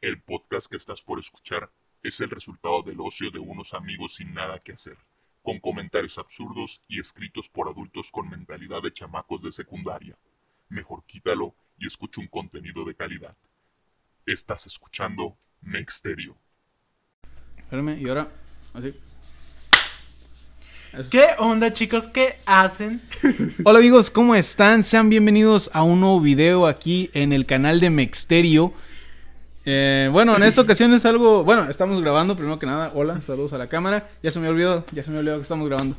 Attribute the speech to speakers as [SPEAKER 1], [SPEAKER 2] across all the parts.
[SPEAKER 1] El podcast que estás por escuchar es el resultado del ocio de unos amigos sin nada que hacer, con comentarios absurdos y escritos por adultos con mentalidad de chamacos de secundaria. Mejor quítalo y escucha un contenido de calidad. Estás escuchando Mexterio.
[SPEAKER 2] Espérame, y ahora, así. Eso.
[SPEAKER 3] ¿Qué onda, chicos? ¿Qué hacen?
[SPEAKER 2] Hola amigos, ¿cómo están? Sean bienvenidos a un nuevo video aquí en el canal de Mexterio. Eh, bueno, en esta ocasión es algo. Bueno, estamos grabando, primero que nada. Hola, saludos a la cámara. Ya se me olvidó, ya se me olvidó que estamos grabando.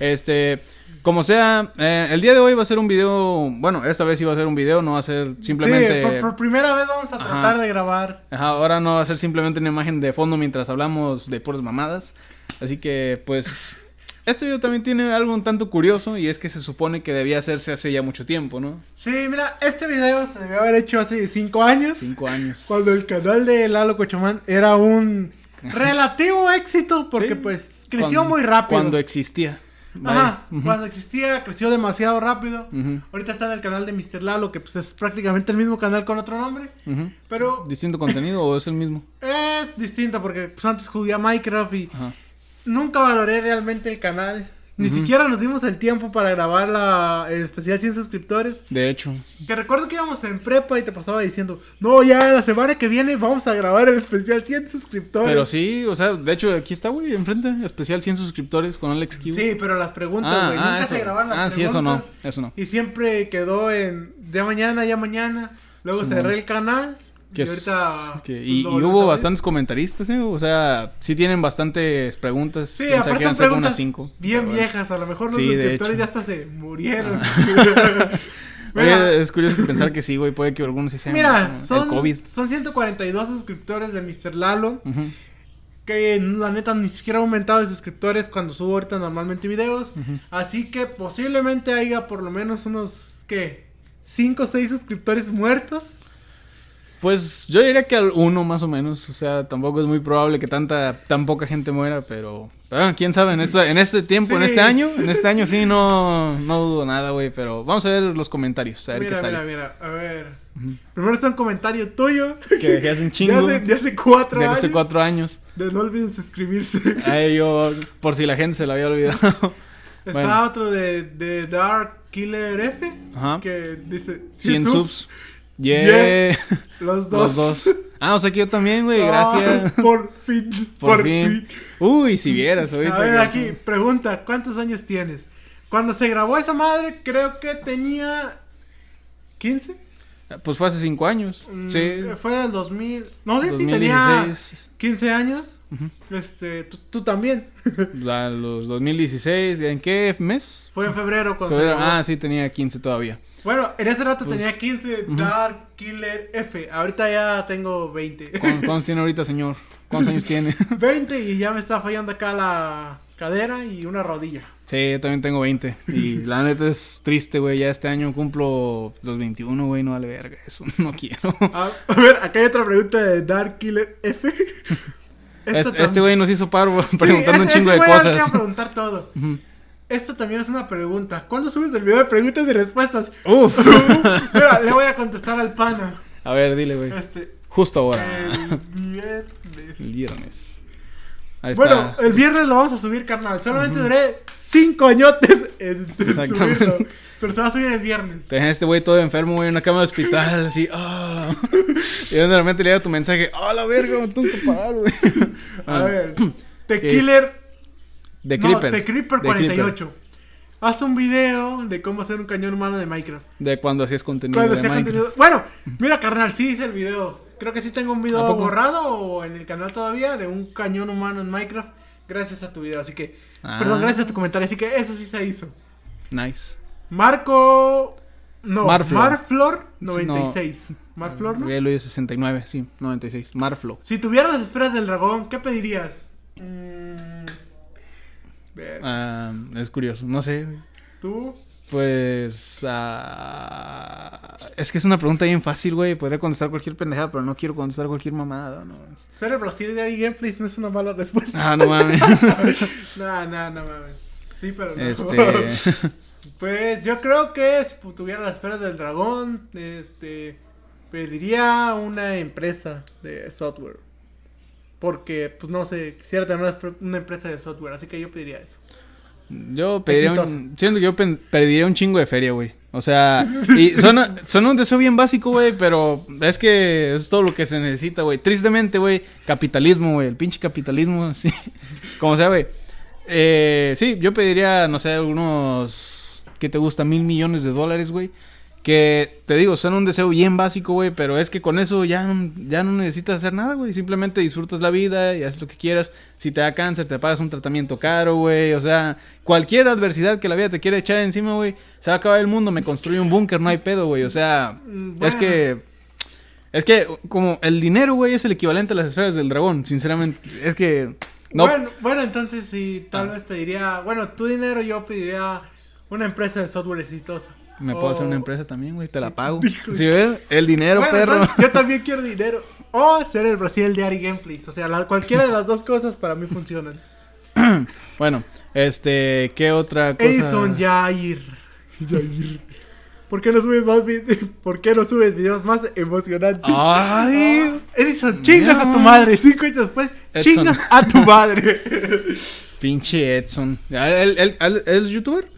[SPEAKER 2] Este, como sea, eh, el día de hoy va a ser un video. Bueno, esta vez sí va a ser un video, no va a ser simplemente.
[SPEAKER 3] Sí, por, por primera vez vamos a tratar de grabar.
[SPEAKER 2] Ajá, ahora no va a ser simplemente una imagen de fondo mientras hablamos de puras mamadas. Así que, pues, este video también tiene algo un tanto curioso y es que se supone que debía hacerse hace ya mucho tiempo, ¿no?
[SPEAKER 3] Sí, mira, este video se debió haber hecho hace 5 años.
[SPEAKER 2] Cinco años.
[SPEAKER 3] Cuando el canal de Lalo Cochomán era un relativo éxito porque
[SPEAKER 2] Sí.
[SPEAKER 3] pues creció
[SPEAKER 2] Cuando-
[SPEAKER 3] muy rápido.
[SPEAKER 2] Cuando existía.
[SPEAKER 3] Ajá,
[SPEAKER 2] Vaya.
[SPEAKER 3] cuando existía, creció demasiado rápido.
[SPEAKER 2] Ujú.
[SPEAKER 3] Ahorita está en el canal de Mr. Lalo, que pues es prácticamente el mismo canal con otro nombre.
[SPEAKER 2] Ujú.
[SPEAKER 3] Pero
[SPEAKER 2] ¿Distinto contenido o es el mismo?
[SPEAKER 3] es distinto porque pues antes jugué a Minecraft y
[SPEAKER 2] Ajá.
[SPEAKER 3] nunca valoré realmente el canal. Ni siquiera nos dimos el tiempo para grabar la, el especial 100 suscriptores.
[SPEAKER 2] De hecho.
[SPEAKER 3] Que recuerdo que íbamos en prepa y te pasaba diciendo, no, ya la semana que viene vamos a grabar el especial 100 suscriptores.
[SPEAKER 2] Pero sí, o sea, de hecho aquí está, güey, enfrente. Especial 100 suscriptores con Alex Q.
[SPEAKER 3] Sí, pero las preguntas,
[SPEAKER 2] Ah,
[SPEAKER 3] güey.
[SPEAKER 2] ah,
[SPEAKER 3] nunca
[SPEAKER 2] eso.
[SPEAKER 3] se grabaron las
[SPEAKER 2] Ah, sí, eso
[SPEAKER 3] preguntas.
[SPEAKER 2] no, eso no.
[SPEAKER 3] Y siempre quedó en ya mañana, ya mañana. Luego
[SPEAKER 2] Simón.
[SPEAKER 3] cerré el canal.
[SPEAKER 2] Que
[SPEAKER 3] y
[SPEAKER 2] es-
[SPEAKER 3] ahorita.
[SPEAKER 2] que-
[SPEAKER 3] pues,
[SPEAKER 2] y, y
[SPEAKER 3] lo volvemos a
[SPEAKER 2] hubo
[SPEAKER 3] abrir.
[SPEAKER 2] bastantes comentaristas, ¿eh? O sea, sí tienen bastantes preguntas.
[SPEAKER 3] Sí,
[SPEAKER 2] Pensé que eran
[SPEAKER 3] aparte son
[SPEAKER 2] cerca de
[SPEAKER 3] preguntas
[SPEAKER 2] cinco,
[SPEAKER 3] bien
[SPEAKER 2] pero bueno.
[SPEAKER 3] viejas. A lo mejor los
[SPEAKER 2] Sí, de hecho.
[SPEAKER 3] suscriptores
[SPEAKER 2] Ah.
[SPEAKER 3] ya hasta se murieron.
[SPEAKER 2] Oye,
[SPEAKER 3] Mira,
[SPEAKER 2] es curioso pensar que sí, güey, puede que algunos sí sean
[SPEAKER 3] Mira,
[SPEAKER 2] ¿no? el
[SPEAKER 3] son,
[SPEAKER 2] COVID.
[SPEAKER 3] son 142 suscriptores de Mr. Lalo.
[SPEAKER 2] Ujú.
[SPEAKER 3] Que la neta ni siquiera ha aumentado de suscriptores cuando subo ahorita normalmente videos. Así que posiblemente haya por lo menos unos, ¿qué? 5 o 6 suscriptores muertos.
[SPEAKER 2] Pues yo diría que al uno más o menos, o sea, tampoco es muy probable que tanta tan poca gente muera, pero, pero bueno, quién sabe, en, esta- en este tiempo, en
[SPEAKER 3] Sí.
[SPEAKER 2] este año, en este año sí, no, no dudo nada, güey, pero vamos a ver los comentarios, a ver
[SPEAKER 3] Mira,
[SPEAKER 2] qué
[SPEAKER 3] mira,
[SPEAKER 2] sale.
[SPEAKER 3] mira. A ver. Primero está un comentario tuyo.
[SPEAKER 2] Que dejé hace un
[SPEAKER 3] De
[SPEAKER 2] chingo,
[SPEAKER 3] hace, de hace cuatro
[SPEAKER 2] de
[SPEAKER 3] años.
[SPEAKER 2] hace cuatro años.
[SPEAKER 3] De no olviden suscribirse.
[SPEAKER 2] Ay, yo, por si la gente se lo había olvidado.
[SPEAKER 3] Está
[SPEAKER 2] Bueno.
[SPEAKER 3] otro de, de Dark Killer F.
[SPEAKER 2] Ajá.
[SPEAKER 3] Que dice
[SPEAKER 2] 100 subs.
[SPEAKER 3] Yeah.
[SPEAKER 2] Yeah. Los
[SPEAKER 3] Los dos.
[SPEAKER 2] dos. Ah, o sea que yo también, güey,
[SPEAKER 3] Ah,
[SPEAKER 2] gracias.
[SPEAKER 3] por fin.
[SPEAKER 2] Por, fin. pues, Uy, si vieras ahorita.
[SPEAKER 3] A ver,
[SPEAKER 2] que-
[SPEAKER 3] aquí, pregunta, ¿cuántos años tienes? Cuando se grabó esa madre, creo que tenía 15.
[SPEAKER 2] Pues fue hace cinco años.
[SPEAKER 3] Mm,
[SPEAKER 2] sí.
[SPEAKER 3] Fue del 2000. No, sí, sí, tenía
[SPEAKER 2] 2016.
[SPEAKER 3] 15 años. Este, tú, tú también.
[SPEAKER 2] A los 2016, ¿en qué mes?
[SPEAKER 3] Fue en febrero cuando
[SPEAKER 2] Febrero.
[SPEAKER 3] se grabó.
[SPEAKER 2] Ah, sí, Pues, tenía 15 todavía.
[SPEAKER 3] Bueno, en ese rato tenía 15 Dark Killer F. Ahorita ya tengo 20.
[SPEAKER 2] ¿Cuán- ¿Cuántos tiene ahorita, señor? ¿Cuántos años tiene?
[SPEAKER 3] 20 y ya me está fallando acá la cadera y una rodilla.
[SPEAKER 2] Sí, yo también tengo 20. Y la neta es triste, güey. Ya este año cumplo los 21, güey. No vale verga. Eso no quiero.
[SPEAKER 3] A, a ver, acá hay otra pregunta de Dark Killer F. Esta
[SPEAKER 2] Este-
[SPEAKER 3] también-
[SPEAKER 2] este güey nos hizo paro preguntando
[SPEAKER 3] Sí,
[SPEAKER 2] un
[SPEAKER 3] ese-
[SPEAKER 2] chingo
[SPEAKER 3] ese
[SPEAKER 2] de
[SPEAKER 3] güey al que iba
[SPEAKER 2] cosas.
[SPEAKER 3] a preguntar todo.
[SPEAKER 2] Ujú.
[SPEAKER 3] Esto también es una pregunta. ¿Cuándo subes el video de preguntas y respuestas?
[SPEAKER 2] Uf.
[SPEAKER 3] Mira, le voy a contestar al pana.
[SPEAKER 2] A ver, dile, güey.
[SPEAKER 3] Este,
[SPEAKER 2] Justo ahora.
[SPEAKER 3] el viernes.
[SPEAKER 2] El viernes. Ahí
[SPEAKER 3] Bueno, eh,
[SPEAKER 2] está.
[SPEAKER 3] el viernes lo vamos a subir, carnal. Solamente duré cinco añotes en, en
[SPEAKER 2] Exactamente.
[SPEAKER 3] subirlo. Pero se va a subir el viernes.
[SPEAKER 2] Te dejan este güey todo enfermo, güey, en una cama de hospital, así, ah. Y de repente le llega tu mensaje, ah, la verga, me tengo que parar, güey.
[SPEAKER 3] A
[SPEAKER 2] Ah,
[SPEAKER 3] ver, The
[SPEAKER 2] ¿qué es?
[SPEAKER 3] Killer
[SPEAKER 2] De
[SPEAKER 3] No,
[SPEAKER 2] Creeper.
[SPEAKER 3] The Creeper
[SPEAKER 2] The Creeper.
[SPEAKER 3] 48. Haz un video de cómo hacer un cañón humano de Minecraft.
[SPEAKER 2] De cuando hacías contenido
[SPEAKER 3] Cuando
[SPEAKER 2] de
[SPEAKER 3] sea
[SPEAKER 2] Minecraft.
[SPEAKER 3] contenido- Bueno, mira, carnal, sí hice el video. Creo que sí tengo un
[SPEAKER 2] ¿A
[SPEAKER 3] video
[SPEAKER 2] poco?
[SPEAKER 3] borrado o en el canal todavía de un cañón humano en Minecraft. Gracias a tu video, así que.
[SPEAKER 2] Ah.
[SPEAKER 3] Perdón, gracias a tu comentario. Así que eso sí se hizo.
[SPEAKER 2] Nice.
[SPEAKER 3] Marco. No,
[SPEAKER 2] Marflor. Eh.
[SPEAKER 3] Marflor96. Marflor, ¿no?
[SPEAKER 2] Yo lo hice 69, sí, 96. Marflo.
[SPEAKER 3] Si tuvieras las esferas del dragón, ¿qué pedirías? Mm, ver,
[SPEAKER 2] Ah, es curioso, no sé.
[SPEAKER 3] ¿Tú?
[SPEAKER 2] Pues. ah, es que es una pregunta bien fácil, güey. Podría contestar cualquier pendejada, pero no quiero contestar cualquier mamada, no.
[SPEAKER 3] Ser el Brasil de Ari Gameplays no es una mala respuesta.
[SPEAKER 2] Ah, no mames.
[SPEAKER 3] No, no, no mames. Sí, pero no.
[SPEAKER 2] este.
[SPEAKER 3] Pues yo creo que si tuviera la esfera del dragón, este. Pediría una empresa de software. Porque, pues no sé, quisiera tener una esp- una empresa de software, así que yo pediría eso.
[SPEAKER 2] Yo pediría un,
[SPEAKER 3] Exitosa.
[SPEAKER 2] siento que yo pen- pediría un chingo de feria, güey. O sea, y suena, suena un deseo bien básico, güey, pero es que es todo lo que se necesita, güey. Tristemente, güey, capitalismo, güey, el pinche capitalismo, sí. Como sea, güey. Eh, sí, yo pediría, no sé, unos, ¿qué te gusta? Mil millones de dólares, güey. Que, te digo, suena un deseo bien básico, güey, pero es que con eso ya no, ya no necesitas hacer nada, güey. Simplemente disfrutas la vida y haces lo que quieras. Si te da cáncer, te pagas un tratamiento caro, güey. O sea, cualquier adversidad que la vida te quiera echar encima, güey, se va a acabar el mundo, me construye un búnker, no hay pedo, güey. O sea,
[SPEAKER 3] Mm,
[SPEAKER 2] es
[SPEAKER 3] bueno.
[SPEAKER 2] que... Es que como el dinero, güey, es el equivalente a las esferas del dragón, sinceramente. Es que... No, Ah.
[SPEAKER 3] Bueno, bueno, entonces sí, tal vez pediría, bueno, tu dinero yo pediría una empresa de software exitosa.
[SPEAKER 2] Me puedo hacer una
[SPEAKER 3] O-
[SPEAKER 2] empresa también, güey, te la pago.
[SPEAKER 3] Hijo
[SPEAKER 2] Si ves, el dinero,
[SPEAKER 3] Oh. Bueno,
[SPEAKER 2] perro.
[SPEAKER 3] entonces, yo también quiero dinero. O ser el Brasil de Ari Gameplays. O sea, la- cualquiera de las dos cosas para mí funcionan.
[SPEAKER 2] Bueno, este, ¿qué otra cosa?
[SPEAKER 3] Edison Jair. Jair. ¿Por qué no subes más vid- ¿Por qué no subes videos más emocionantes?
[SPEAKER 2] Ah. Ay,
[SPEAKER 3] Edison, chingas a tu madre. Cinco años después,
[SPEAKER 2] Edson.
[SPEAKER 3] chingas a tu madre.
[SPEAKER 2] pinche Edson. Ya, ¿Él, él, él- él es youtuber?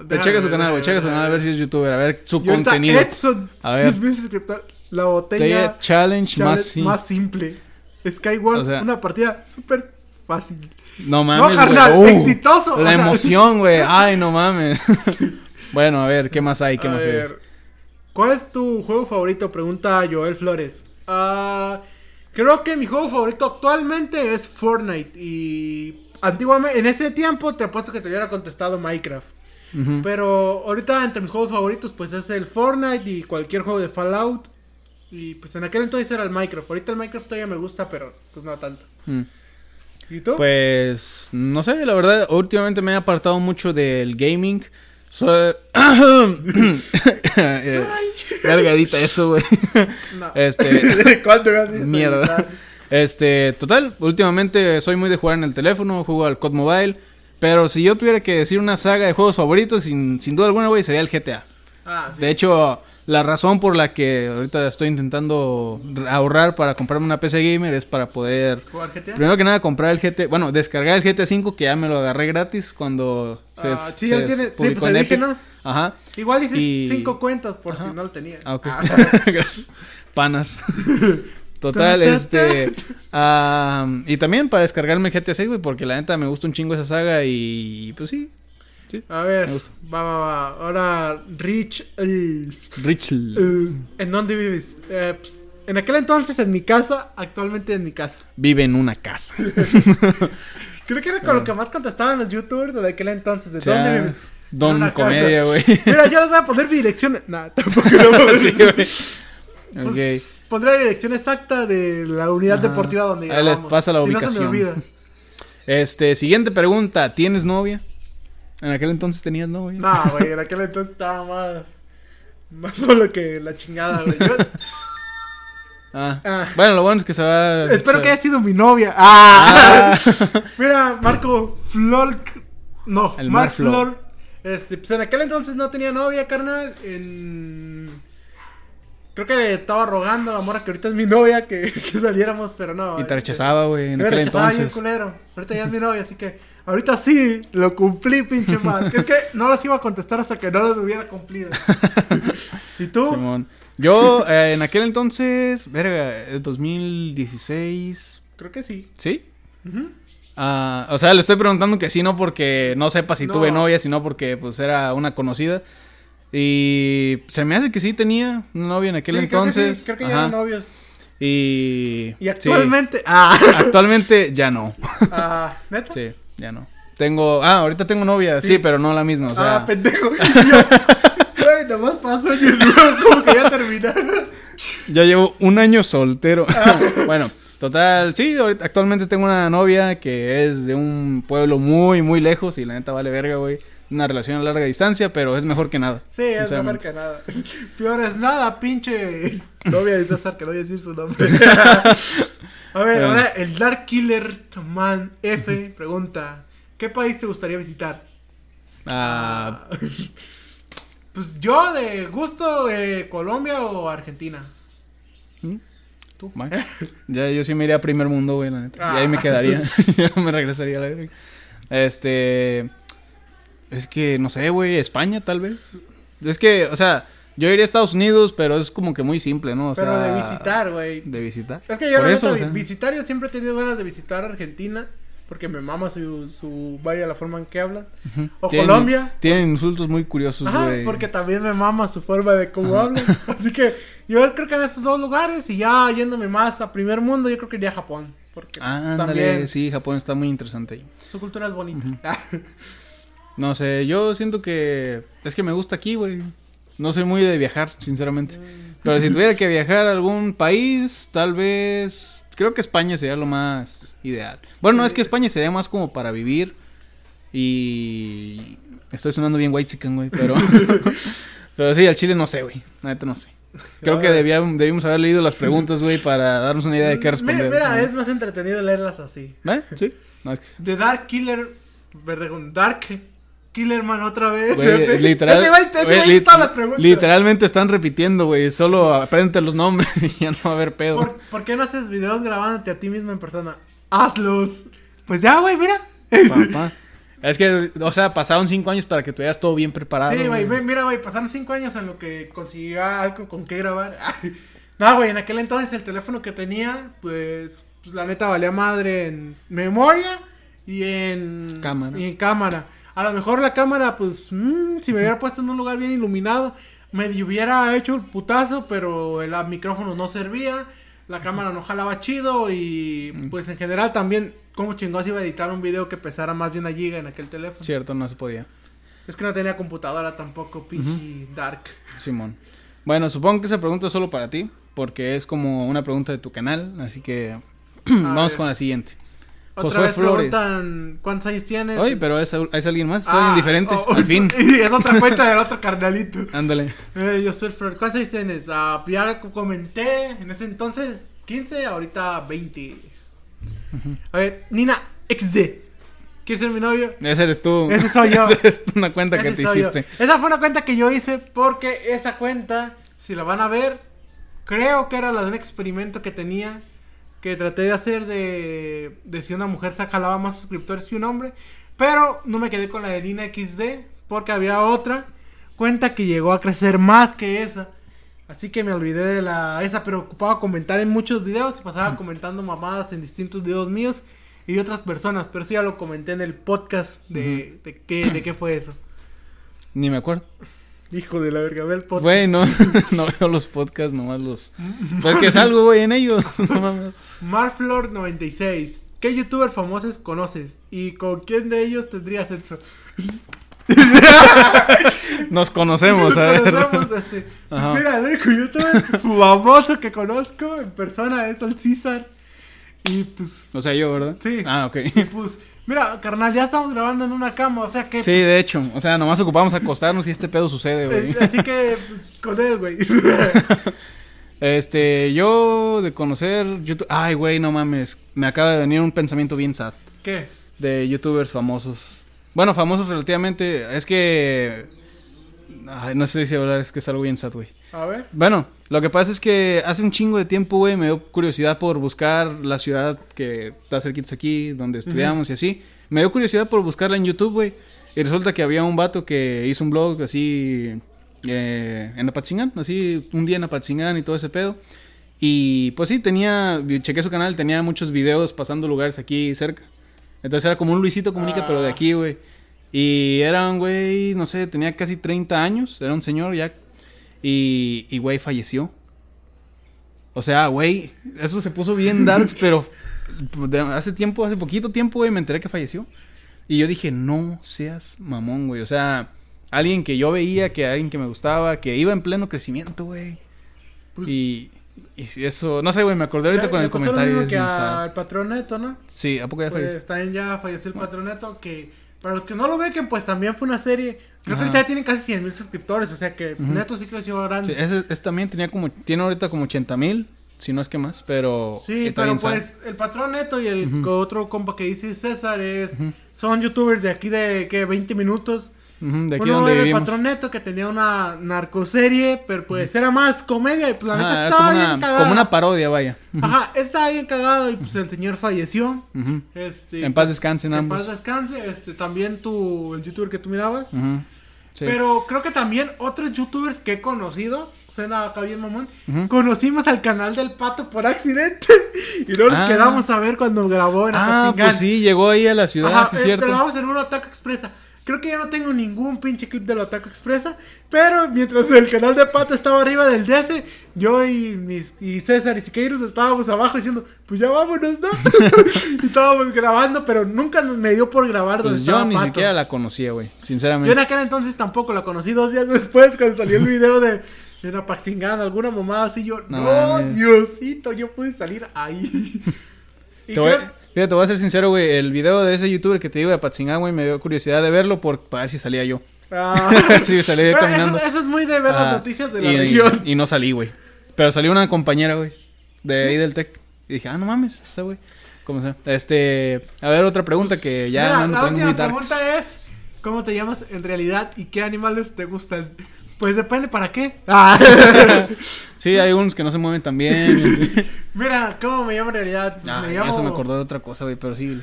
[SPEAKER 2] Ve, checa su canal, güey, checa su canal a ver si es youtuber, a ver su
[SPEAKER 3] Y ahorita
[SPEAKER 2] contenido.
[SPEAKER 3] Edson,
[SPEAKER 2] A ver.
[SPEAKER 3] 100,000 suscriptores. La
[SPEAKER 2] Te-
[SPEAKER 3] botella
[SPEAKER 2] Challenge
[SPEAKER 3] chale-
[SPEAKER 2] más sí.
[SPEAKER 3] más simple. Skyward,
[SPEAKER 2] O sea-
[SPEAKER 3] una partida súper fácil.
[SPEAKER 2] No mames,
[SPEAKER 3] No, carnal,
[SPEAKER 2] güey. Uh,
[SPEAKER 3] exitoso, o
[SPEAKER 2] La
[SPEAKER 3] sea.
[SPEAKER 2] emoción, güey. Ay, no mames. bueno, a ver, ¿qué más hay? ¿Qué
[SPEAKER 3] A
[SPEAKER 2] más
[SPEAKER 3] ver,
[SPEAKER 2] es?
[SPEAKER 3] ¿Cuál es tu juego favorito? Pregunta Joel Flores. Ah, creo que mi juego favorito actualmente es Fortnite. Y antiguamente, en ese tiempo te apuesto que te hubiera contestado Minecraft.
[SPEAKER 2] Ujú.
[SPEAKER 3] Pero ahorita entre mis juegos favoritos pues es el Fortnite y cualquier juego de Fallout. Y pues en aquel entonces era el Minecraft. Ahorita el Minecraft todavía me gusta, pero pues no tanto.
[SPEAKER 2] Mm.
[SPEAKER 3] ¿Y tú?
[SPEAKER 2] Pues no sé, la verdad, últimamente me he apartado mucho del gaming. Soy... Eh, Largadita eso, güey.
[SPEAKER 3] No.
[SPEAKER 2] Este,
[SPEAKER 3] ¿Cuánto me has visto
[SPEAKER 2] mierda.
[SPEAKER 3] editar?
[SPEAKER 2] Este, total, últimamente soy muy de jugar en el teléfono, juego al COD Mobile. Pero si yo tuviera que decir una saga de juegos favoritos, sin, sin duda alguna, güey, sería el GTA.
[SPEAKER 3] Ah, sí.
[SPEAKER 2] De hecho, la razón por la que ahorita estoy intentando ahorrar para comprarme una PC gamer es para poder
[SPEAKER 3] ¿Jugar GTA?
[SPEAKER 2] Primero que nada, comprar el GT, bueno, descargar el GT 5 que ya me lo agarré gratis cuando se,
[SPEAKER 3] Ah, sí,
[SPEAKER 2] se
[SPEAKER 3] él tiene- sí,
[SPEAKER 2] publicó
[SPEAKER 3] pues,
[SPEAKER 2] en
[SPEAKER 3] te dije,
[SPEAKER 2] Epic.
[SPEAKER 3] ¿no?
[SPEAKER 2] Ajá.
[SPEAKER 3] Igual hice
[SPEAKER 2] Y-
[SPEAKER 3] cinco cuentas por
[SPEAKER 2] Ajá.
[SPEAKER 3] si no lo tenía.
[SPEAKER 2] Ah, ok.
[SPEAKER 3] Ah.
[SPEAKER 2] Gracias. Panas. Total, este. am, y también para descargarme el GT 6, güey, porque la neta me gusta un chingo esa saga y pues sí.
[SPEAKER 3] A
[SPEAKER 2] Me
[SPEAKER 3] ver,
[SPEAKER 2] gusta.
[SPEAKER 3] va, va, va. Ahora, Rich, el-
[SPEAKER 2] Rich.
[SPEAKER 3] el- ¿en dónde vives? Eh, pues, en aquel entonces en mi casa, actualmente en mi casa.
[SPEAKER 2] Vive en una casa.
[SPEAKER 3] Creo que era
[SPEAKER 2] Ah.
[SPEAKER 3] con lo que más contestaban los youtubers de aquel entonces. ¿De
[SPEAKER 2] O sea,
[SPEAKER 3] dónde vives? En
[SPEAKER 2] Don
[SPEAKER 3] una casa.
[SPEAKER 2] Comedia, güey.
[SPEAKER 3] Mira, yo les voy a poner mi dirección. Nah, tampoco lo voy a
[SPEAKER 2] Sí,
[SPEAKER 3] decir.
[SPEAKER 2] güey.
[SPEAKER 3] Pues,
[SPEAKER 2] Ok.
[SPEAKER 3] Pondré la dirección exacta de la unidad
[SPEAKER 2] Ajá.
[SPEAKER 3] deportiva donde
[SPEAKER 2] Ahí les
[SPEAKER 3] grabamos.
[SPEAKER 2] pasa la
[SPEAKER 3] Si
[SPEAKER 2] ubicación.
[SPEAKER 3] no se me olvida.
[SPEAKER 2] Este, siguiente pregunta. ¿Tienes novia? En aquel entonces tenías novia.
[SPEAKER 3] No, güey, en aquel entonces estaba más. Más solo que la chingada, güey. Yo-
[SPEAKER 2] Ah.
[SPEAKER 3] Ah.
[SPEAKER 2] Bueno, lo bueno es que se va. a
[SPEAKER 3] espero
[SPEAKER 2] escuchar.
[SPEAKER 3] que haya sido mi novia. ¡Ah!
[SPEAKER 2] Ah.
[SPEAKER 3] Mira, Marco Flor. No,
[SPEAKER 2] El
[SPEAKER 3] Mark
[SPEAKER 2] Mar Flor.
[SPEAKER 3] Flor. Este, pues en aquel entonces no tenía novia, carnal. En. Creo que le estaba rogando a la morra que ahorita es mi novia que, que saliéramos, pero no.
[SPEAKER 2] Y te
[SPEAKER 3] este,
[SPEAKER 2] rechazaba, güey, en
[SPEAKER 3] me
[SPEAKER 2] aquel
[SPEAKER 3] rechazaba bien
[SPEAKER 2] entonces.
[SPEAKER 3] culero. Ahorita ya es mi novia, así que ahorita sí lo cumplí, pinche Mark. Es que no las iba a contestar hasta que no las hubiera cumplido. ¿Y tú?
[SPEAKER 2] Simón. Yo, eh, en aquel entonces, verga, eh, 2016,
[SPEAKER 3] Creo que sí.
[SPEAKER 2] ¿sí? Ah, o sea, le estoy preguntando que sí, no porque no sepa si
[SPEAKER 3] No.
[SPEAKER 2] tuve novia, sino porque pues era una conocida. Y se me hace que sí tenía una novia en aquel
[SPEAKER 3] Sí, creo que sí,
[SPEAKER 2] entonces.
[SPEAKER 3] Creo que, ya
[SPEAKER 2] Ajá.
[SPEAKER 3] eran novios.
[SPEAKER 2] Y,
[SPEAKER 3] Y
[SPEAKER 2] sí.
[SPEAKER 3] actualmente. Ah,
[SPEAKER 2] actualmente ya no.
[SPEAKER 3] ah, neta.
[SPEAKER 2] Sí, ya no. Tengo, ah, ahorita tengo novia, sí,
[SPEAKER 3] Sí.
[SPEAKER 2] pero no la misma, o sea.
[SPEAKER 3] ah, pendejo. Yo, güey, nomás pasó y luego como que ya terminaron.
[SPEAKER 2] Ya llevo un año soltero. bueno, total, sí, ahorita- actualmente tengo una novia que es de un pueblo muy, muy lejos y la neta vale verga, güey. Una relación a larga distancia, pero es mejor que nada.
[SPEAKER 3] Sí, es
[SPEAKER 2] sinceramente.
[SPEAKER 3] mejor que nada. Peor es nada, pinche. No voy a César que no voy a decir su nombre. A ver,
[SPEAKER 2] Bueno.
[SPEAKER 3] ahora el Dark Killer Man F pregunta: ¿Qué país te gustaría visitar?
[SPEAKER 2] Ah,
[SPEAKER 3] Pues yo de gusto eh, Colombia o Argentina. Tú.
[SPEAKER 2] Bye. Ya yo sí me iría a primer mundo, güey, la neta. Y ahí
[SPEAKER 3] Ah.
[SPEAKER 2] me quedaría. Ya no me regresaría a la verga. Este. Es que, no sé, güey, España tal vez. Es que, o sea, yo iría a Estados Unidos, pero es como que muy simple, ¿no? O
[SPEAKER 3] Pero
[SPEAKER 2] sea,
[SPEAKER 3] de visitar, güey. pues,
[SPEAKER 2] De visitar.
[SPEAKER 3] Es que yo
[SPEAKER 2] Por
[SPEAKER 3] la
[SPEAKER 2] eso,
[SPEAKER 3] neta,
[SPEAKER 2] o sea.
[SPEAKER 3] vi- visitar, yo siempre he tenido ganas de visitar Argentina. Porque me mama su, su vaya la forma en que hablan. O
[SPEAKER 2] tienen-
[SPEAKER 3] Colombia.
[SPEAKER 2] Tienen insultos muy curiosos,
[SPEAKER 3] Ajá,
[SPEAKER 2] güey.
[SPEAKER 3] porque también me mama su forma de cómo hablan. Así que yo creo que en esos dos lugares y ya yéndome más a primer mundo, yo creo que iría a Japón. Porque pues,
[SPEAKER 2] Ah, ándale,
[SPEAKER 3] también
[SPEAKER 2] sí, Japón está muy interesante ahí.
[SPEAKER 3] su cultura es bonita. Ah,
[SPEAKER 2] No sé, yo siento que es que me gusta aquí, güey. No soy muy de viajar, sinceramente. Pero si tuviera que viajar a algún país, tal vez creo que España sería lo más ideal. Bueno, no, es que España sería más como para vivir y estoy sonando bien white chicken, güey, pero pero sí, al Chile no sé, güey. La neta no sé. Creo que debía- debimos haber leído las preguntas, güey, para darnos una idea de qué
[SPEAKER 3] Mi-
[SPEAKER 2] responder.
[SPEAKER 3] Mira, es más entretenido leerlas así.
[SPEAKER 2] ¿Eh? Sí. No, es que
[SPEAKER 3] The Dark Killer, perdón, Dark Killer Man otra vez.
[SPEAKER 2] Güey, literal-
[SPEAKER 3] Este güey- este
[SPEAKER 2] güey,
[SPEAKER 3] güey
[SPEAKER 2] lit-
[SPEAKER 3] todas las preguntas.
[SPEAKER 2] Literalmente están repitiendo, güey. Solo aprende los nombres y ya no va a haber pedo.
[SPEAKER 3] ¿Por, por qué no haces videos grabándote a ti mismo en persona? Hazlos. Pues ya, güey, mira.
[SPEAKER 2] Papá. Es que, o sea, pasaron cinco años para que tuvieras todo bien preparado.
[SPEAKER 3] Sí, güey,
[SPEAKER 2] güey.
[SPEAKER 3] ve- mira, güey, pasaron cinco años en lo que conseguía algo con qué grabar. no, güey, en aquel entonces el teléfono que tenía, pues, pues, la neta valía madre en memoria y en
[SPEAKER 2] Cámara.
[SPEAKER 3] Y en cámara. A lo mejor la cámara, pues, mm, si me hubiera puesto en un lugar bien iluminado, me hubiera hecho el putazo, pero el micrófono no servía. La cámara no jalaba chido y
[SPEAKER 2] Mm.
[SPEAKER 3] pues en general también, ¿cómo chingados iba a editar un video que pesara más de una giga en aquel teléfono?
[SPEAKER 2] Cierto, no se podía.
[SPEAKER 3] Es que no tenía computadora tampoco, pinche dark.
[SPEAKER 2] Simón. Bueno, supongo que esa pregunta es solo para ti, porque es como una pregunta de tu canal. Así que vamos
[SPEAKER 3] ver.
[SPEAKER 2] con la siguiente.
[SPEAKER 3] Otra
[SPEAKER 2] Josué
[SPEAKER 3] vez
[SPEAKER 2] Flores.
[SPEAKER 3] preguntan cuántos años tienes.
[SPEAKER 2] Oye, pero es, es alguien más, es
[SPEAKER 3] Ah,
[SPEAKER 2] alguien diferente.
[SPEAKER 3] oh,
[SPEAKER 2] Al fin.
[SPEAKER 3] Y es otra cuenta del otro carnalito.
[SPEAKER 2] Ándale.
[SPEAKER 3] Eh, yo soy Flores. ¿Cuántos años tienes? Ah, ya comenté en ese entonces 15, ahorita 20. A ver, Nina XD. ¿Quieres ser mi novio?
[SPEAKER 2] Ese eres tú.
[SPEAKER 3] Ese soy yo.
[SPEAKER 2] Esa es una cuenta que
[SPEAKER 3] Ese
[SPEAKER 2] te
[SPEAKER 3] soy yo.
[SPEAKER 2] hiciste.
[SPEAKER 3] Esa fue una cuenta que yo hice porque esa cuenta, si la van a ver, creo que era la de un experimento que tenía que traté de hacer de, de si una mujer se jalaba más suscriptores que un hombre, pero no me quedé con la de Lina XD porque había otra cuenta que llegó a crecer más que esa. Así que me olvidé de la esa, pero ocupaba comentar en muchos videos y pasaba comentando mamadas en distintos videos míos y de otras personas, pero eso ya lo comenté en el podcast de, de qué, de qué fue eso.
[SPEAKER 2] Ni me acuerdo.
[SPEAKER 3] Hijo de la verga, ve el podcast.
[SPEAKER 2] Güey, no, no veo los podcasts, nomás los... Pues que salgo, güey, en ellos. no mames.
[SPEAKER 3] Marflor96. ¿Qué youtuber famosos conoces? ¿Y con quién de ellos tendrías sexo?
[SPEAKER 2] Nos conocemos, a ver.
[SPEAKER 3] Conocemos, este, pues
[SPEAKER 2] Ajá.
[SPEAKER 3] mira, el único youtuber famoso que conozco en persona es el César. Y pues,
[SPEAKER 2] O sea, yo, ¿verdad?
[SPEAKER 3] Sí.
[SPEAKER 2] Ah, ok.
[SPEAKER 3] y pues, mira, carnal, ya estamos grabando en una cama, o sea que...
[SPEAKER 2] Sí, de hecho. O sea, nomás ocupamos acostarnos y este pedo sucede,
[SPEAKER 3] pues,
[SPEAKER 2] güey.
[SPEAKER 3] eh, así que, pues, con él, güey.
[SPEAKER 2] Este, yo de conocer... YouTube... Ay, güey, no mames. Me acaba de venir un pensamiento bien sad.
[SPEAKER 3] ¿Qué?
[SPEAKER 2] de youtubers famosos. Bueno, famosos relativamente. Es que. Ay, no sé si hablar, es que es algo bien sad, güey.
[SPEAKER 3] A ver.
[SPEAKER 2] Bueno, lo que pasa es que hace un chingo de tiempo, güey, me dio curiosidad por buscar la ciudad que está cerquita aquí, donde estudiamos y así. Me dio curiosidad por buscarla en YouTube, güey. Y resulta que había un vato que hizo un blog así eh, en Apatzingán, así un día en Apatzingán y todo ese pedo. Y pues sí, tenía, chequé su canal, tenía muchos videos pasando lugares aquí cerca. Entonces era como un Luisito Comunica,
[SPEAKER 3] Ah.
[SPEAKER 2] pero de aquí, güey. Y era un güey, no sé, tenía casi 30 años, era un señor ya. Y, y güey, falleció. O sea, güey, eso se puso bien darks, pero de- hace tiempo, hace poquito tiempo, güey, me enteré que falleció. Y yo dije, no seas mamón, güey. O sea, alguien que yo veía, que alguien que me gustaba, que iba en pleno crecimiento, güey.
[SPEAKER 3] Pues,
[SPEAKER 2] Y, y si eso, no sé, güey, me acordé
[SPEAKER 3] le-
[SPEAKER 2] ahorita con
[SPEAKER 3] le
[SPEAKER 2] el
[SPEAKER 3] pasó lo
[SPEAKER 2] comentario.
[SPEAKER 3] mismo
[SPEAKER 2] es
[SPEAKER 3] que
[SPEAKER 2] bien sad.
[SPEAKER 3] al patroneto, ¿no?
[SPEAKER 2] Sí, ¿a poco ya falleció?
[SPEAKER 3] Pues también ya falleció el patronato que para los que no lo ven, pues también fue una serie.
[SPEAKER 2] Ajá.
[SPEAKER 3] Creo que ahorita ya tienen casi 100 mil suscriptores, o sea que Neto sí creció
[SPEAKER 2] Sí, eh,
[SPEAKER 3] grande. Sí,
[SPEAKER 2] ese, ese también tenía como, tiene ahorita como 80 mil, si no es que más, pero... está
[SPEAKER 3] pero
[SPEAKER 2] bien sad.
[SPEAKER 3] pues el patrón Neto y el otro compa que dice César es son youtubers de aquí de que 20 minutos
[SPEAKER 2] Ujú, de aquí
[SPEAKER 3] Uno
[SPEAKER 2] donde
[SPEAKER 3] era
[SPEAKER 2] vivimos.
[SPEAKER 3] el patroneto que tenía una narcoserie, pero pues era más comedia y pues la
[SPEAKER 2] Ajá,
[SPEAKER 3] neta
[SPEAKER 2] era
[SPEAKER 3] estaba
[SPEAKER 2] como,
[SPEAKER 3] bien
[SPEAKER 2] una,
[SPEAKER 3] cagada.
[SPEAKER 2] como una parodia, vaya.
[SPEAKER 3] Ajá, estaba bien cagado y pues el señor falleció.
[SPEAKER 2] Ujú.
[SPEAKER 3] Este,
[SPEAKER 2] En paz descansen
[SPEAKER 3] que en
[SPEAKER 2] ambos.
[SPEAKER 3] paz descanse. Este, también tu, el youtuber que tú mirabas.
[SPEAKER 2] Ujú, sí.
[SPEAKER 3] Pero creo que también otros youtubers que he conocido, suena acá bien mamón,
[SPEAKER 2] Ujú.
[SPEAKER 3] conocimos al canal del pato por accidente y no nos
[SPEAKER 2] Ah.
[SPEAKER 3] quedamos a ver cuando grabó en
[SPEAKER 2] Ah,
[SPEAKER 3] Apatzingán.
[SPEAKER 2] pues sí, llegó ahí a la ciudad,
[SPEAKER 3] Ajá,
[SPEAKER 2] sí
[SPEAKER 3] eh,
[SPEAKER 2] es cierto.
[SPEAKER 3] pero vamos en un ataque expresa. Creo que ya no tengo ningún pinche clip del ataque expresa. Pero mientras el canal de Pato estaba arriba del DS, yo y, mis, y César y Siqueiros estábamos abajo diciendo, pues ya vámonos, ¿no? y estábamos grabando, pero nunca nos- me dio por grabar donde
[SPEAKER 2] Pues yo
[SPEAKER 3] estaba
[SPEAKER 2] ni
[SPEAKER 3] Pato.
[SPEAKER 2] siquiera la conocía, güey,
[SPEAKER 3] Yo en
[SPEAKER 2] sinceramente.
[SPEAKER 3] aquel entonces tampoco la conocí dos días después cuando salió el video de, de Napaxingán, alguna mamada así. Yo,
[SPEAKER 2] No
[SPEAKER 3] no,
[SPEAKER 2] mames.
[SPEAKER 3] Diosito, yo pude salir ahí. Y
[SPEAKER 2] Te voy,
[SPEAKER 3] creo-
[SPEAKER 2] fíjate, te voy a ser sincero, güey, el video de ese youtuber que te digo de Patzingán, güey, me dio curiosidad de verlo por, para ver si salía yo.
[SPEAKER 3] Ah.
[SPEAKER 2] Sí, salí ahí
[SPEAKER 3] Pero
[SPEAKER 2] caminando.
[SPEAKER 3] Eso, eso es muy de ver
[SPEAKER 2] Ah,
[SPEAKER 3] las noticias de la
[SPEAKER 2] y, y-
[SPEAKER 3] región.
[SPEAKER 2] Y, no salí, güey. Pero salió una compañera, güey, de ahí del tech. Y dije, ah, no mames, esa, güey. ¿Cómo sea? Este, a ver, otra pregunta que ya
[SPEAKER 3] Pues, Mira,
[SPEAKER 2] me ando
[SPEAKER 3] la
[SPEAKER 2] poniendo
[SPEAKER 3] última
[SPEAKER 2] muy darks.
[SPEAKER 3] pregunta es: ¿Cómo te llamas en realidad y qué animales te gustan? Pues depende para qué. Ah.
[SPEAKER 2] Sí, hay unos que no se mueven tan bien.
[SPEAKER 3] Mira, ¿cómo me llamo en realidad? Pues
[SPEAKER 2] Ah,
[SPEAKER 3] me
[SPEAKER 2] ya
[SPEAKER 3] llamo.
[SPEAKER 2] se me acordó de otra cosa, güey, pero sí,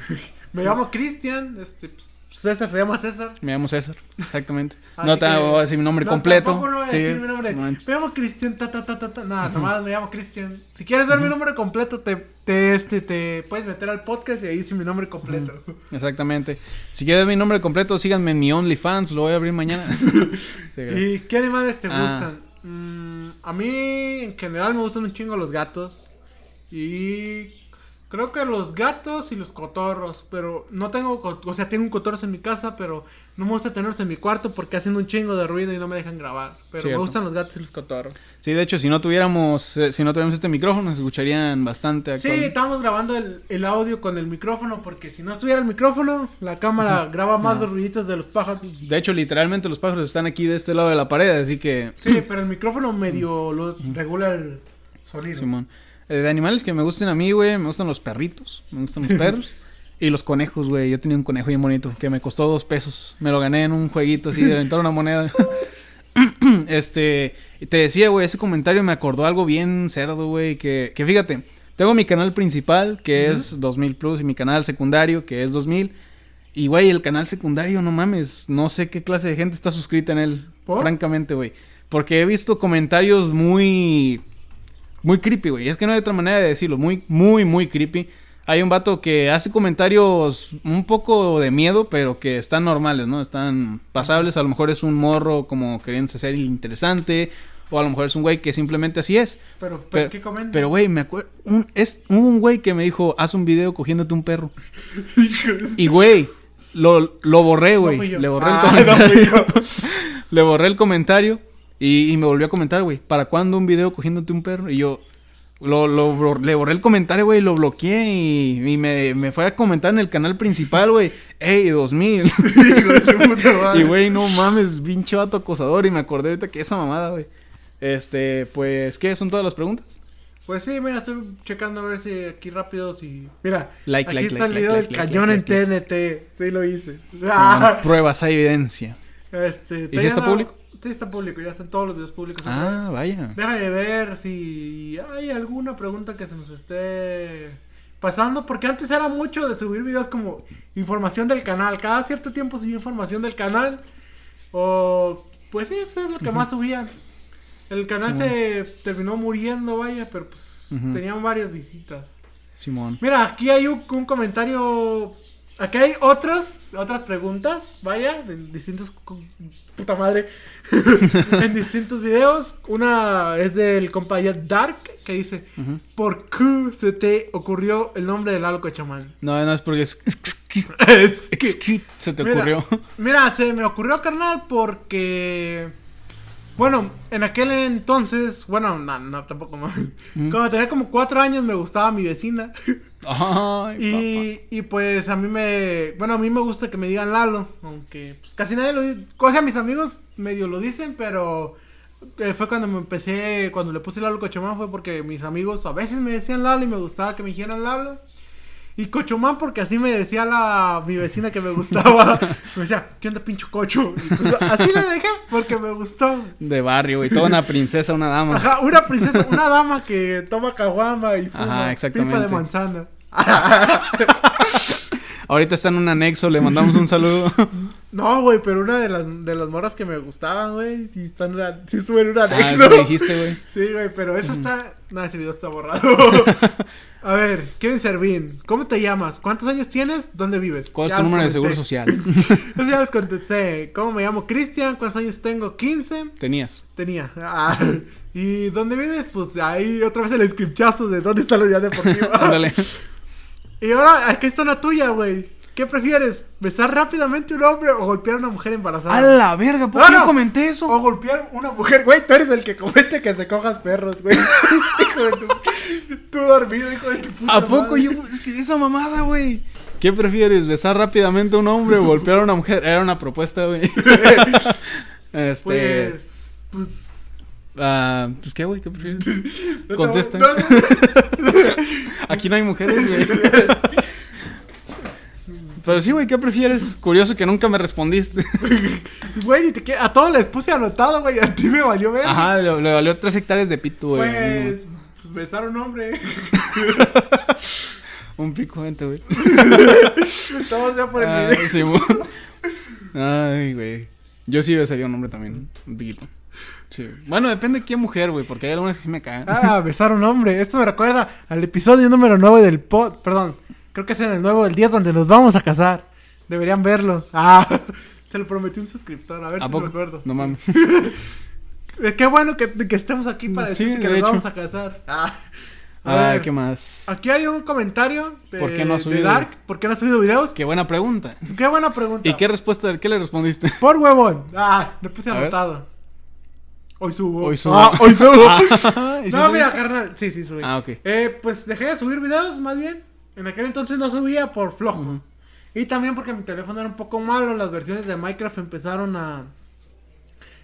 [SPEAKER 3] Me llamo Cristian. Este, pues, César se llama César.
[SPEAKER 2] me llamo César, exactamente.
[SPEAKER 3] Así
[SPEAKER 2] no te
[SPEAKER 3] que-
[SPEAKER 2] voy a decir mi nombre
[SPEAKER 3] No,
[SPEAKER 2] completo.
[SPEAKER 3] tampoco no voy a
[SPEAKER 2] sí,
[SPEAKER 3] decir mi nombre.
[SPEAKER 2] no manches.
[SPEAKER 3] me llamo Cristian, ta, ta, ta, ta, ta. Nada, nomás me llamo Cristian. Si quieres ver mi nombre completo, te, te, este, te puedes meter al podcast y ahí sí mi nombre completo.
[SPEAKER 2] Exactamente. Si quieres mi nombre completo, síganme en mi OnlyFans, lo voy a abrir mañana. Sí, gracias.
[SPEAKER 3] ¿Y qué animales te
[SPEAKER 2] Ah.
[SPEAKER 3] gustan? Mm, a mí en general me gustan un chingo los gatos. Y creo que los gatos y los cotorros. Pero no tengo, co- o sea, tengo cotorros en mi casa, pero no me gusta tenerlos en mi cuarto porque hacen un chingo de ruido y no me dejan grabar. Pero
[SPEAKER 2] Cierto.
[SPEAKER 3] me gustan los gatos y los cotorros.
[SPEAKER 2] Sí, de hecho, si no tuviéramos, eh, si no tuviéramos este micrófono, nos escucharían bastante
[SPEAKER 3] Sí,
[SPEAKER 2] actual-
[SPEAKER 3] estábamos grabando el, el audio con el micrófono porque si no estuviera el micrófono, la cámara graba más los ruiditos de los pájaros.
[SPEAKER 2] De hecho, literalmente los pájaros están aquí de este lado de la pared, así que.
[SPEAKER 3] Sí, pero el micrófono medio los regula el sonido.
[SPEAKER 2] Simón. Eh, de animales que me gusten a mí, güey, me gustan los perritos, me gustan los perros. Y los conejos, güey. Yo tenía un conejo bien bonito que me costó dos pesos. Me lo gané en un jueguito así de aventar una moneda. este, y te decía, güey, ese comentario me acordó algo bien cerdo, güey. Que, que fíjate, tengo mi canal principal que es 2000 Plus y mi canal secundario que es 2000. Y, güey, el canal secundario, no mames. No sé qué clase de gente está suscrita en él.
[SPEAKER 3] ¿Por?
[SPEAKER 2] Francamente, güey. Porque he visto comentarios muy. Muy creepy, güey. Es que no hay otra manera de decirlo. Muy, muy, muy creepy. Hay un vato que hace comentarios un poco de miedo, pero que están normales, ¿no? Están pasables. A lo mejor es un morro como queriéndose ser interesante. O a lo mejor es un güey que simplemente así es.
[SPEAKER 3] Pero, pues,
[SPEAKER 2] Pero,
[SPEAKER 3] ¿qué comenta?
[SPEAKER 2] pero, güey, me acuerdo. Un, es hubo un güey que me dijo: haz un video cogiéndote un perro. y, güey, lo, lo borré, güey.
[SPEAKER 3] fui yo.
[SPEAKER 2] Le borré el
[SPEAKER 3] Ah,
[SPEAKER 2] comentario. Le borré el comentario. Y, y me volvió a comentar, güey: ¿para cuándo un video cogiéndote un perro? Y yo. Lo, lo bro- le borré el comentario, güey, lo bloqueé y, y me, me fue a comentar en el canal principal, güey. ¡Ey, 2000! Y, güey, no mames, pinche vato acosador. Y me acordé ahorita que esa mamada, güey. Este, pues, ¿qué? ¿Son todas las preguntas?
[SPEAKER 3] Pues sí, mira, estoy checando a ver si aquí rápido si. Mira,
[SPEAKER 2] Like,
[SPEAKER 3] aquí
[SPEAKER 2] like,
[SPEAKER 3] está
[SPEAKER 2] like, like,
[SPEAKER 3] el video
[SPEAKER 2] like,
[SPEAKER 3] del
[SPEAKER 2] like,
[SPEAKER 3] cañón
[SPEAKER 2] like, like,
[SPEAKER 3] en TNT. Sí lo hice.
[SPEAKER 2] Simón, pruebas, hay evidencia.
[SPEAKER 3] Este,
[SPEAKER 2] ¿Y si está público?
[SPEAKER 3] Sí está público, ya están todos los videos públicos.
[SPEAKER 2] Ah, vaya.
[SPEAKER 3] Déjame ver si hay alguna pregunta que se nos esté pasando, porque antes era mucho de subir videos como información del canal. Cada cierto tiempo subía información del canal. O pues sí, eso es lo que más subían. El canal
[SPEAKER 2] Sí,
[SPEAKER 3] se terminó muriendo, vaya, pero pues
[SPEAKER 2] Ujú.
[SPEAKER 3] tenían varias visitas.
[SPEAKER 2] Simón.
[SPEAKER 3] Mira, aquí hay un, un comentario. Aquí hay otros, otras preguntas, vaya, de distintos. co- Puta madre. en distintos videos. Una es del compañero Dark que dice:
[SPEAKER 2] Ujú.
[SPEAKER 3] ¿Por qué se te ocurrió el nombre del algo chamán?
[SPEAKER 2] No, no es porque es,
[SPEAKER 3] es que-
[SPEAKER 2] es que se te
[SPEAKER 3] Mira,
[SPEAKER 2] ocurrió.
[SPEAKER 3] Mira, se me ocurrió, carnal, porque. Bueno, en aquel entonces. Bueno, no, no, tampoco. no. Cuando tenía como cuatro años, me gustaba mi vecina.
[SPEAKER 2] Ay, papá.
[SPEAKER 3] Y, y, pues a mí me. Bueno, a mí me gusta que me digan Lalo. Aunque pues, casi nadie lo dice. O sea, mis amigos medio lo dicen, pero. eh, fue cuando me empecé. Cuando le puse Lalo Cochamán fue porque mis amigos a veces me decían Lalo y me gustaba que me dijeran Lalo. Y Cochomán, porque así me decía la mi vecina que me gustaba. Me decía, ¿qué onda, pincho cocho? Y pues, así le dejé, porque me gustó.
[SPEAKER 2] De barrio, güey. Toda una princesa, una dama.
[SPEAKER 3] Ajá, una princesa, una dama que toma caguama y fuma
[SPEAKER 2] Ajá, exactamente.
[SPEAKER 3] pipa de manzana.
[SPEAKER 2] Ahorita está en un anexo, le mandamos un saludo. Ah,
[SPEAKER 3] No, güey, pero una de las, de las morras que me gustaban, güey, y están en la- sí suben
[SPEAKER 2] ah,
[SPEAKER 3] una anexo.
[SPEAKER 2] eso que dijiste, Mm. güey.
[SPEAKER 3] Sí, güey, pero eso está. No, ese video está borrado. A ver, Kevin Servín, ¿cómo te llamas? ¿Cuántos años tienes? ¿Dónde vives?
[SPEAKER 2] ¿Cuál es
[SPEAKER 3] Ya
[SPEAKER 2] tu
[SPEAKER 3] los
[SPEAKER 2] número de seguro
[SPEAKER 3] comenté.
[SPEAKER 2] social?
[SPEAKER 3] Eso ya les contesté. ¿Cómo me llamo? Cristian, ¿cuántos años tengo? 15
[SPEAKER 2] Tenías.
[SPEAKER 3] tenía. Ah, ¿Y dónde vives? Pues ahí otra vez el scripchazo de dónde está la unidad deportiva.
[SPEAKER 2] Ándale.
[SPEAKER 3] y ahora, aquí está una tuya, güey. ¿Qué prefieres? ¿Besar rápidamente a un hombre o golpear a una mujer embarazada?
[SPEAKER 2] A la verga, ¿por
[SPEAKER 3] No,
[SPEAKER 2] qué
[SPEAKER 3] no. Oh,
[SPEAKER 2] yo comenté eso?
[SPEAKER 3] O golpear una mujer, güey, tú eres el que comete que te cojas perros, güey. hijo de tu... Tú dormido, hijo de tu puta
[SPEAKER 2] ¿A poco
[SPEAKER 3] madre.
[SPEAKER 2] yo escribí esa mamada, güey? ¿Qué prefieres? ¿Besar rápidamente a un hombre o golpear a una mujer? Era una propuesta, güey. este. Pues...
[SPEAKER 3] Pues... Pues...
[SPEAKER 2] pues qué, güey, ¿qué prefieres?
[SPEAKER 3] no te-
[SPEAKER 2] Contesta.
[SPEAKER 3] no, no, no.
[SPEAKER 2] Aquí no hay mujeres, güey. Pero sí, güey, ¿qué prefieres? Curioso que nunca me respondiste.
[SPEAKER 3] Güey, ni te quie- a todos les puse anotado, güey. A ti me valió ver.
[SPEAKER 2] Ajá, le, le valió tres hectáreas de pito, güey.
[SPEAKER 3] Pues... pues, Besar a un hombre.
[SPEAKER 2] Un pico, gente, güey.
[SPEAKER 3] Todos ya por el
[SPEAKER 2] Ah,
[SPEAKER 3] video.
[SPEAKER 2] Simón. Ay, güey. Yo sí besaría un hombre también. Un piquito. Sí. Bueno, depende de qué mujer, güey, porque hay algunas que sí me caen.
[SPEAKER 3] Ah, besar a un hombre. Esto me recuerda al episodio número 9 del pod. Perdón, creo que es en el nuevo del 10 donde nos vamos a casar. Deberían verlo. Ah, te lo prometí un suscriptor. A ver
[SPEAKER 2] ¿A
[SPEAKER 3] si
[SPEAKER 2] poco?
[SPEAKER 3] me acuerdo.
[SPEAKER 2] No
[SPEAKER 3] Sí.
[SPEAKER 2] mames.
[SPEAKER 3] Eh, Qué bueno que, que estemos aquí para
[SPEAKER 2] Sí,
[SPEAKER 3] decirte que
[SPEAKER 2] de
[SPEAKER 3] nos
[SPEAKER 2] hecho.
[SPEAKER 3] vamos a casar. Ah, a
[SPEAKER 2] Ah,
[SPEAKER 3] ver,
[SPEAKER 2] ¿qué más?
[SPEAKER 3] Aquí hay un comentario de,
[SPEAKER 2] ¿Por qué no ha
[SPEAKER 3] de
[SPEAKER 2] subido?
[SPEAKER 3] Dark. ¿Por qué no ha subido videos?
[SPEAKER 2] Qué buena pregunta.
[SPEAKER 3] Qué buena pregunta.
[SPEAKER 2] ¿Y qué respuesta? ¿Qué le respondiste?
[SPEAKER 3] Por huevón. Ah, le puse
[SPEAKER 2] A ver.
[SPEAKER 3] anotado. Hoy subo.
[SPEAKER 2] Hoy subo.
[SPEAKER 3] Ah, hoy subo.
[SPEAKER 2] ¿Y sí
[SPEAKER 3] no,
[SPEAKER 2] subiste?
[SPEAKER 3] mira, carnal. Sí, sí, subí.
[SPEAKER 2] Ah, ok.
[SPEAKER 3] Eh, pues dejé de subir videos, más bien. En aquel entonces no subía por flojo. Y también porque mi teléfono era un poco malo. Las versiones de Minecraft empezaron a.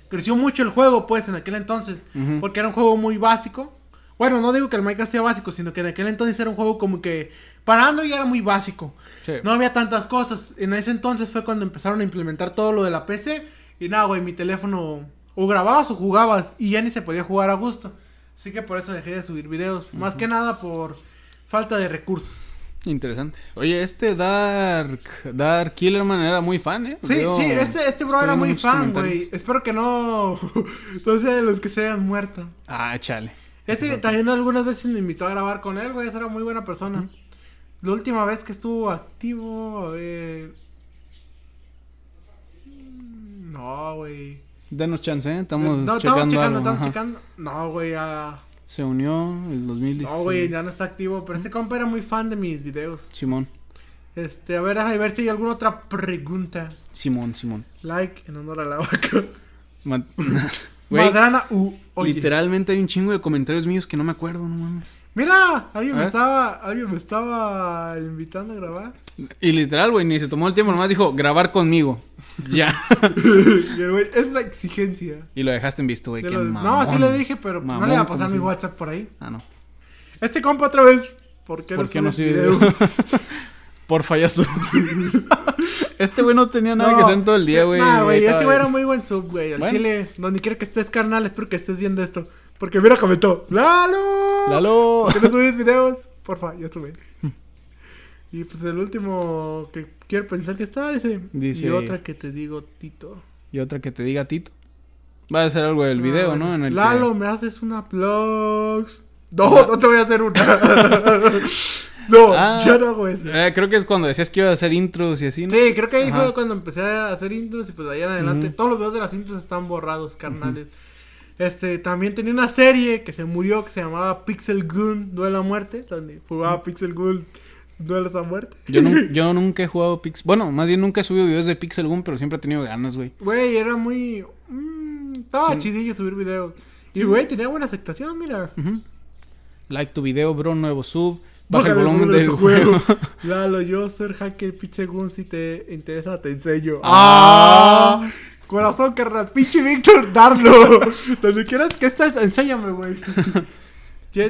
[SPEAKER 3] Creció mucho el juego, pues, en aquel entonces.
[SPEAKER 2] Ujú.
[SPEAKER 3] Porque era un juego muy básico. Bueno, no digo que el Minecraft sea básico, sino que en aquel entonces era un juego como que. Para Android era muy básico.
[SPEAKER 2] Sí.
[SPEAKER 3] No había tantas cosas. En ese entonces fue cuando empezaron a implementar todo lo de la PC. Y nada, güey, mi teléfono o grababas o jugabas y ya ni se podía jugar a gusto. Así que por eso dejé de subir videos. Más que nada por falta de recursos.
[SPEAKER 2] Interesante. Oye, este Dark Dark Killerman era muy fan, ¿eh?
[SPEAKER 3] Sí,
[SPEAKER 2] Yo-
[SPEAKER 3] sí, este, este bro
[SPEAKER 2] estoy
[SPEAKER 3] era
[SPEAKER 2] viendo
[SPEAKER 3] muy
[SPEAKER 2] muchos
[SPEAKER 3] fan,
[SPEAKER 2] comentarios.
[SPEAKER 3] güey. Espero que no, no sea de los que se hayan muerto.
[SPEAKER 2] Ah, chale.
[SPEAKER 3] Ese también algunas veces me invitó a grabar con él, güey. Esa era muy buena persona. La última vez que estuvo activo, a ver. Mm, No, güey.
[SPEAKER 2] Danos chance, ¿eh? Estamos checando
[SPEAKER 3] no, estamos checando,
[SPEAKER 2] algo.
[SPEAKER 3] estamos
[SPEAKER 2] ajá.
[SPEAKER 3] checando. No, güey, ya.
[SPEAKER 2] Se unió el 2016.
[SPEAKER 3] No, güey, ya no está activo. Pero este compa era muy fan de mis videos.
[SPEAKER 2] Simón,
[SPEAKER 3] Este, a ver, a ver si hay alguna otra pregunta.
[SPEAKER 2] Simón, Simón.
[SPEAKER 3] Like en honor a la vaca.
[SPEAKER 2] Ma- Güey,
[SPEAKER 3] Madrana U. Oye.
[SPEAKER 2] literalmente hay un chingo de comentarios míos que no me acuerdo, no mames.
[SPEAKER 3] Mira, alguien
[SPEAKER 2] A
[SPEAKER 3] me
[SPEAKER 2] ver.
[SPEAKER 3] estaba, alguien me estaba invitando a grabar.
[SPEAKER 2] Y literal, güey, ni se tomó el tiempo, nomás dijo grabar conmigo. Ya.
[SPEAKER 3] Y el güey, es la exigencia.
[SPEAKER 2] y lo dejaste en visto, güey.
[SPEAKER 3] De
[SPEAKER 2] qué
[SPEAKER 3] los- No,
[SPEAKER 2] mamón.
[SPEAKER 3] así le dije, pero no
[SPEAKER 2] Mamón,
[SPEAKER 3] le iba a pasar
[SPEAKER 2] ¿cómo
[SPEAKER 3] mi
[SPEAKER 2] se-
[SPEAKER 3] WhatsApp por ahí.
[SPEAKER 2] Ah, no.
[SPEAKER 3] Este compa otra vez. ¿Por qué
[SPEAKER 2] ¿Por
[SPEAKER 3] no
[SPEAKER 2] qué no
[SPEAKER 3] subes
[SPEAKER 2] sube
[SPEAKER 3] videos?
[SPEAKER 2] Por fallazo. este güey no tenía nada que hacer en todo el día, güey.
[SPEAKER 3] Nah, güey,
[SPEAKER 2] Estaba-
[SPEAKER 3] ese güey era muy buen sub, güey. Al
[SPEAKER 2] Bueno.
[SPEAKER 3] chile, donde quiera que estés, carnal, espero que estés viendo esto. Porque mira, comentó, ¡Lalo!
[SPEAKER 2] Lalo.
[SPEAKER 3] ¿Por qué no subes videos? Porfa, ya sube. y pues el último que quiero pensar que está, dice.
[SPEAKER 2] Dice-
[SPEAKER 3] Y otra que te digo, Tito.
[SPEAKER 2] Y otra que te diga Tito. Va a ser algo del video,
[SPEAKER 3] Ah,
[SPEAKER 2] ¿no? En el que-
[SPEAKER 3] Lalo, ¿me haces una vlogs? No, no te voy a hacer una. no,
[SPEAKER 2] Ah.
[SPEAKER 3] yo no hago eso.
[SPEAKER 2] Eh, creo que es cuando decías que iba a hacer intros y así, ¿no?
[SPEAKER 3] Sí, creo que ahí
[SPEAKER 2] Ajá.
[SPEAKER 3] fue cuando empecé a hacer intros y pues de ahí en adelante
[SPEAKER 2] Ujú.
[SPEAKER 3] todos los videos de las intros están borrados, carnales. Este, también tenía una serie que se murió que se llamaba Pixel Gun Duelo a Muerte, donde jugaba Pixel Gun Duelos a Muerte.
[SPEAKER 2] Yo, nun- yo nunca he jugado Pixel. Bueno, más bien nunca he subido videos de Pixel Gun, pero siempre he tenido ganas, güey.
[SPEAKER 3] Güey, era muy... mm, estaba
[SPEAKER 2] Sí.
[SPEAKER 3] chidillo subir videos. Y güey, tenía buena aceptación, mira.
[SPEAKER 2] Ujú. Like tu video, bro, nuevo sub. Baja
[SPEAKER 3] Bájale
[SPEAKER 2] el volumen del
[SPEAKER 3] tu
[SPEAKER 2] juego.
[SPEAKER 3] Lalo, yo ser hacker Pixel Gun, si te interesa te enseño.
[SPEAKER 2] Ah.
[SPEAKER 3] ¡Ah! Corazón, carnal, pinche Víctor, darlo. Donde quieras que estés, enséñame, güey. Ye-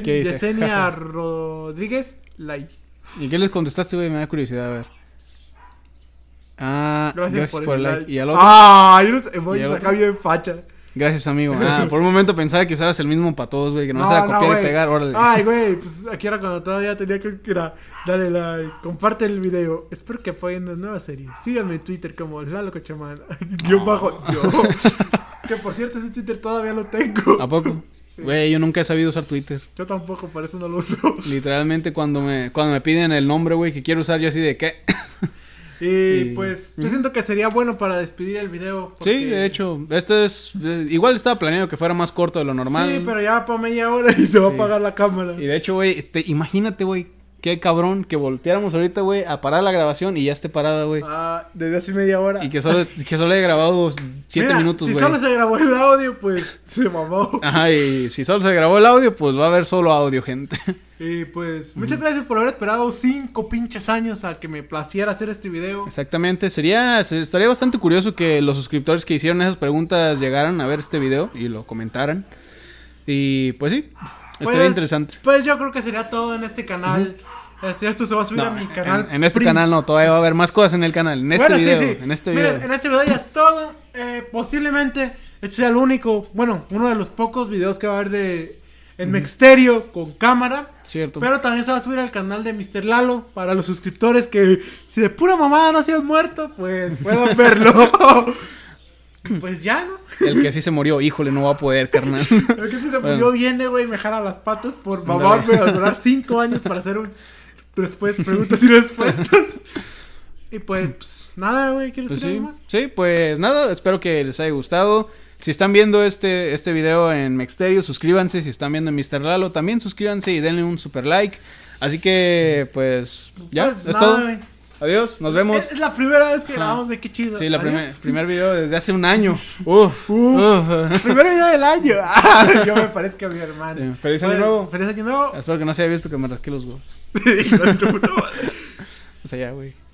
[SPEAKER 2] ¿Qué dice?
[SPEAKER 3] Yesenia Rodríguez, like.
[SPEAKER 2] ¿Y qué les contestaste, güey? Me da curiosidad, a ver. Ah, gracias, por, el like. Y al otro,
[SPEAKER 3] Ah, yo no sé, voy
[SPEAKER 2] ¿Y
[SPEAKER 3] a
[SPEAKER 2] al
[SPEAKER 3] sacar
[SPEAKER 2] otro?
[SPEAKER 3] bien facha.
[SPEAKER 2] gracias, amigo. Ah, por un momento pensaba que usabas el mismo para todos, güey, que no, era copiar y
[SPEAKER 3] güey.
[SPEAKER 2] pegar, órale.
[SPEAKER 3] Ay, güey, pues aquí era cuando todavía tenía que era, Dale like, comparte el video. Espero que apoyen las nuevas series. Síganme en Twitter como Lalo Cochamán. Guión bajo yo. que por cierto, ese Twitter todavía lo tengo.
[SPEAKER 2] ¿A poco? Güey, yo nunca he sabido usar Twitter.
[SPEAKER 3] Yo tampoco, por eso no lo uso.
[SPEAKER 2] Literalmente cuando me, cuando me piden el nombre, güey, que quiero usar, yo así de qué.
[SPEAKER 3] Y
[SPEAKER 2] Y-
[SPEAKER 3] pues, yo siento que sería bueno para despedir el video.
[SPEAKER 2] Sí,
[SPEAKER 3] porque-
[SPEAKER 2] de hecho, este es... eh, Igual estaba planeado que fuera más corto de lo normal.
[SPEAKER 3] Sí, pero ya para media hora y se va a apagar la cámara.
[SPEAKER 2] Y de hecho, güey, te- imagínate, güey, qué cabrón que volteáramos ahorita, güey, a parar la grabación y ya esté parada, güey.
[SPEAKER 3] Ah, desde hace media hora.
[SPEAKER 2] Y que solo, que solo he grabado siete
[SPEAKER 3] Mira,
[SPEAKER 2] minutos,
[SPEAKER 3] Si
[SPEAKER 2] güey. Ah.
[SPEAKER 3] solo se grabó el audio, pues se mamó.
[SPEAKER 2] Ajá, y si solo se grabó el audio, pues va a haber solo audio, gente.
[SPEAKER 3] Y pues, muchas gracias por haber esperado cinco pinches años a que me placiera hacer este video.
[SPEAKER 2] Exactamente. Sería, se- estaría bastante curioso que los suscriptores que hicieron esas preguntas llegaran a ver este video y lo comentaran. Y pues sí, estaría
[SPEAKER 3] Pues-
[SPEAKER 2] interesante.
[SPEAKER 3] Pues yo creo que sería todo en este canal. Este, esto se va a subir
[SPEAKER 2] No,
[SPEAKER 3] a mi
[SPEAKER 2] en-
[SPEAKER 3] canal.
[SPEAKER 2] en, este
[SPEAKER 3] Prince.
[SPEAKER 2] canal no, todavía va a haber más cosas en el canal. En este
[SPEAKER 3] Bueno, sí,
[SPEAKER 2] video,
[SPEAKER 3] sí.
[SPEAKER 2] en este
[SPEAKER 3] Miren,
[SPEAKER 2] video.
[SPEAKER 3] en este video ya es todo. Eh, posiblemente este sea el único, bueno, uno de los pocos videos que va a haber de en Mexterio con cámara.
[SPEAKER 2] Cierto.
[SPEAKER 3] Pero también se va a subir al canal de Mr. Lalo para los suscriptores que si de pura mamada no seas muerto, pues puedan verlo. pues ya, ¿no?
[SPEAKER 2] El que sí se murió, híjole, no va a poder, carnal.
[SPEAKER 3] Es que si te
[SPEAKER 2] Bueno.
[SPEAKER 3] yo viene, eh, güey, me jala las patas por mamarme a durar cinco años para hacer un después preguntas y respuestas. Y pues, pues, nada, güey, ¿quieres
[SPEAKER 2] Pues
[SPEAKER 3] decir
[SPEAKER 2] sí,
[SPEAKER 3] algo más?
[SPEAKER 2] sí, pues nada, espero que les haya gustado. Si están viendo este, este video en Mexterio, suscríbanse. Si están viendo en Mr. Lalo, también suscríbanse y denle un super like. Así que, pues, ya,
[SPEAKER 3] Pues
[SPEAKER 2] es
[SPEAKER 3] nada,
[SPEAKER 2] todo.
[SPEAKER 3] güey.
[SPEAKER 2] Adiós, nos vemos.
[SPEAKER 3] Es, es la primera vez que
[SPEAKER 2] Ajá.
[SPEAKER 3] grabamos, güey, qué chido.
[SPEAKER 2] Sí, el
[SPEAKER 3] eh, Adiós. Uh.
[SPEAKER 2] primer video desde hace un año. Uf, uf.
[SPEAKER 3] Primer video del año. Ah, yo me parezco a mi hermano.
[SPEAKER 2] Sí, feliz año
[SPEAKER 3] Oye,
[SPEAKER 2] nuevo.
[SPEAKER 3] Feliz año nuevo.
[SPEAKER 2] Espero que no se haya visto que me rasqué los huevos.
[SPEAKER 3] Hijo de tu puta madre.
[SPEAKER 2] O sea, ya, güey.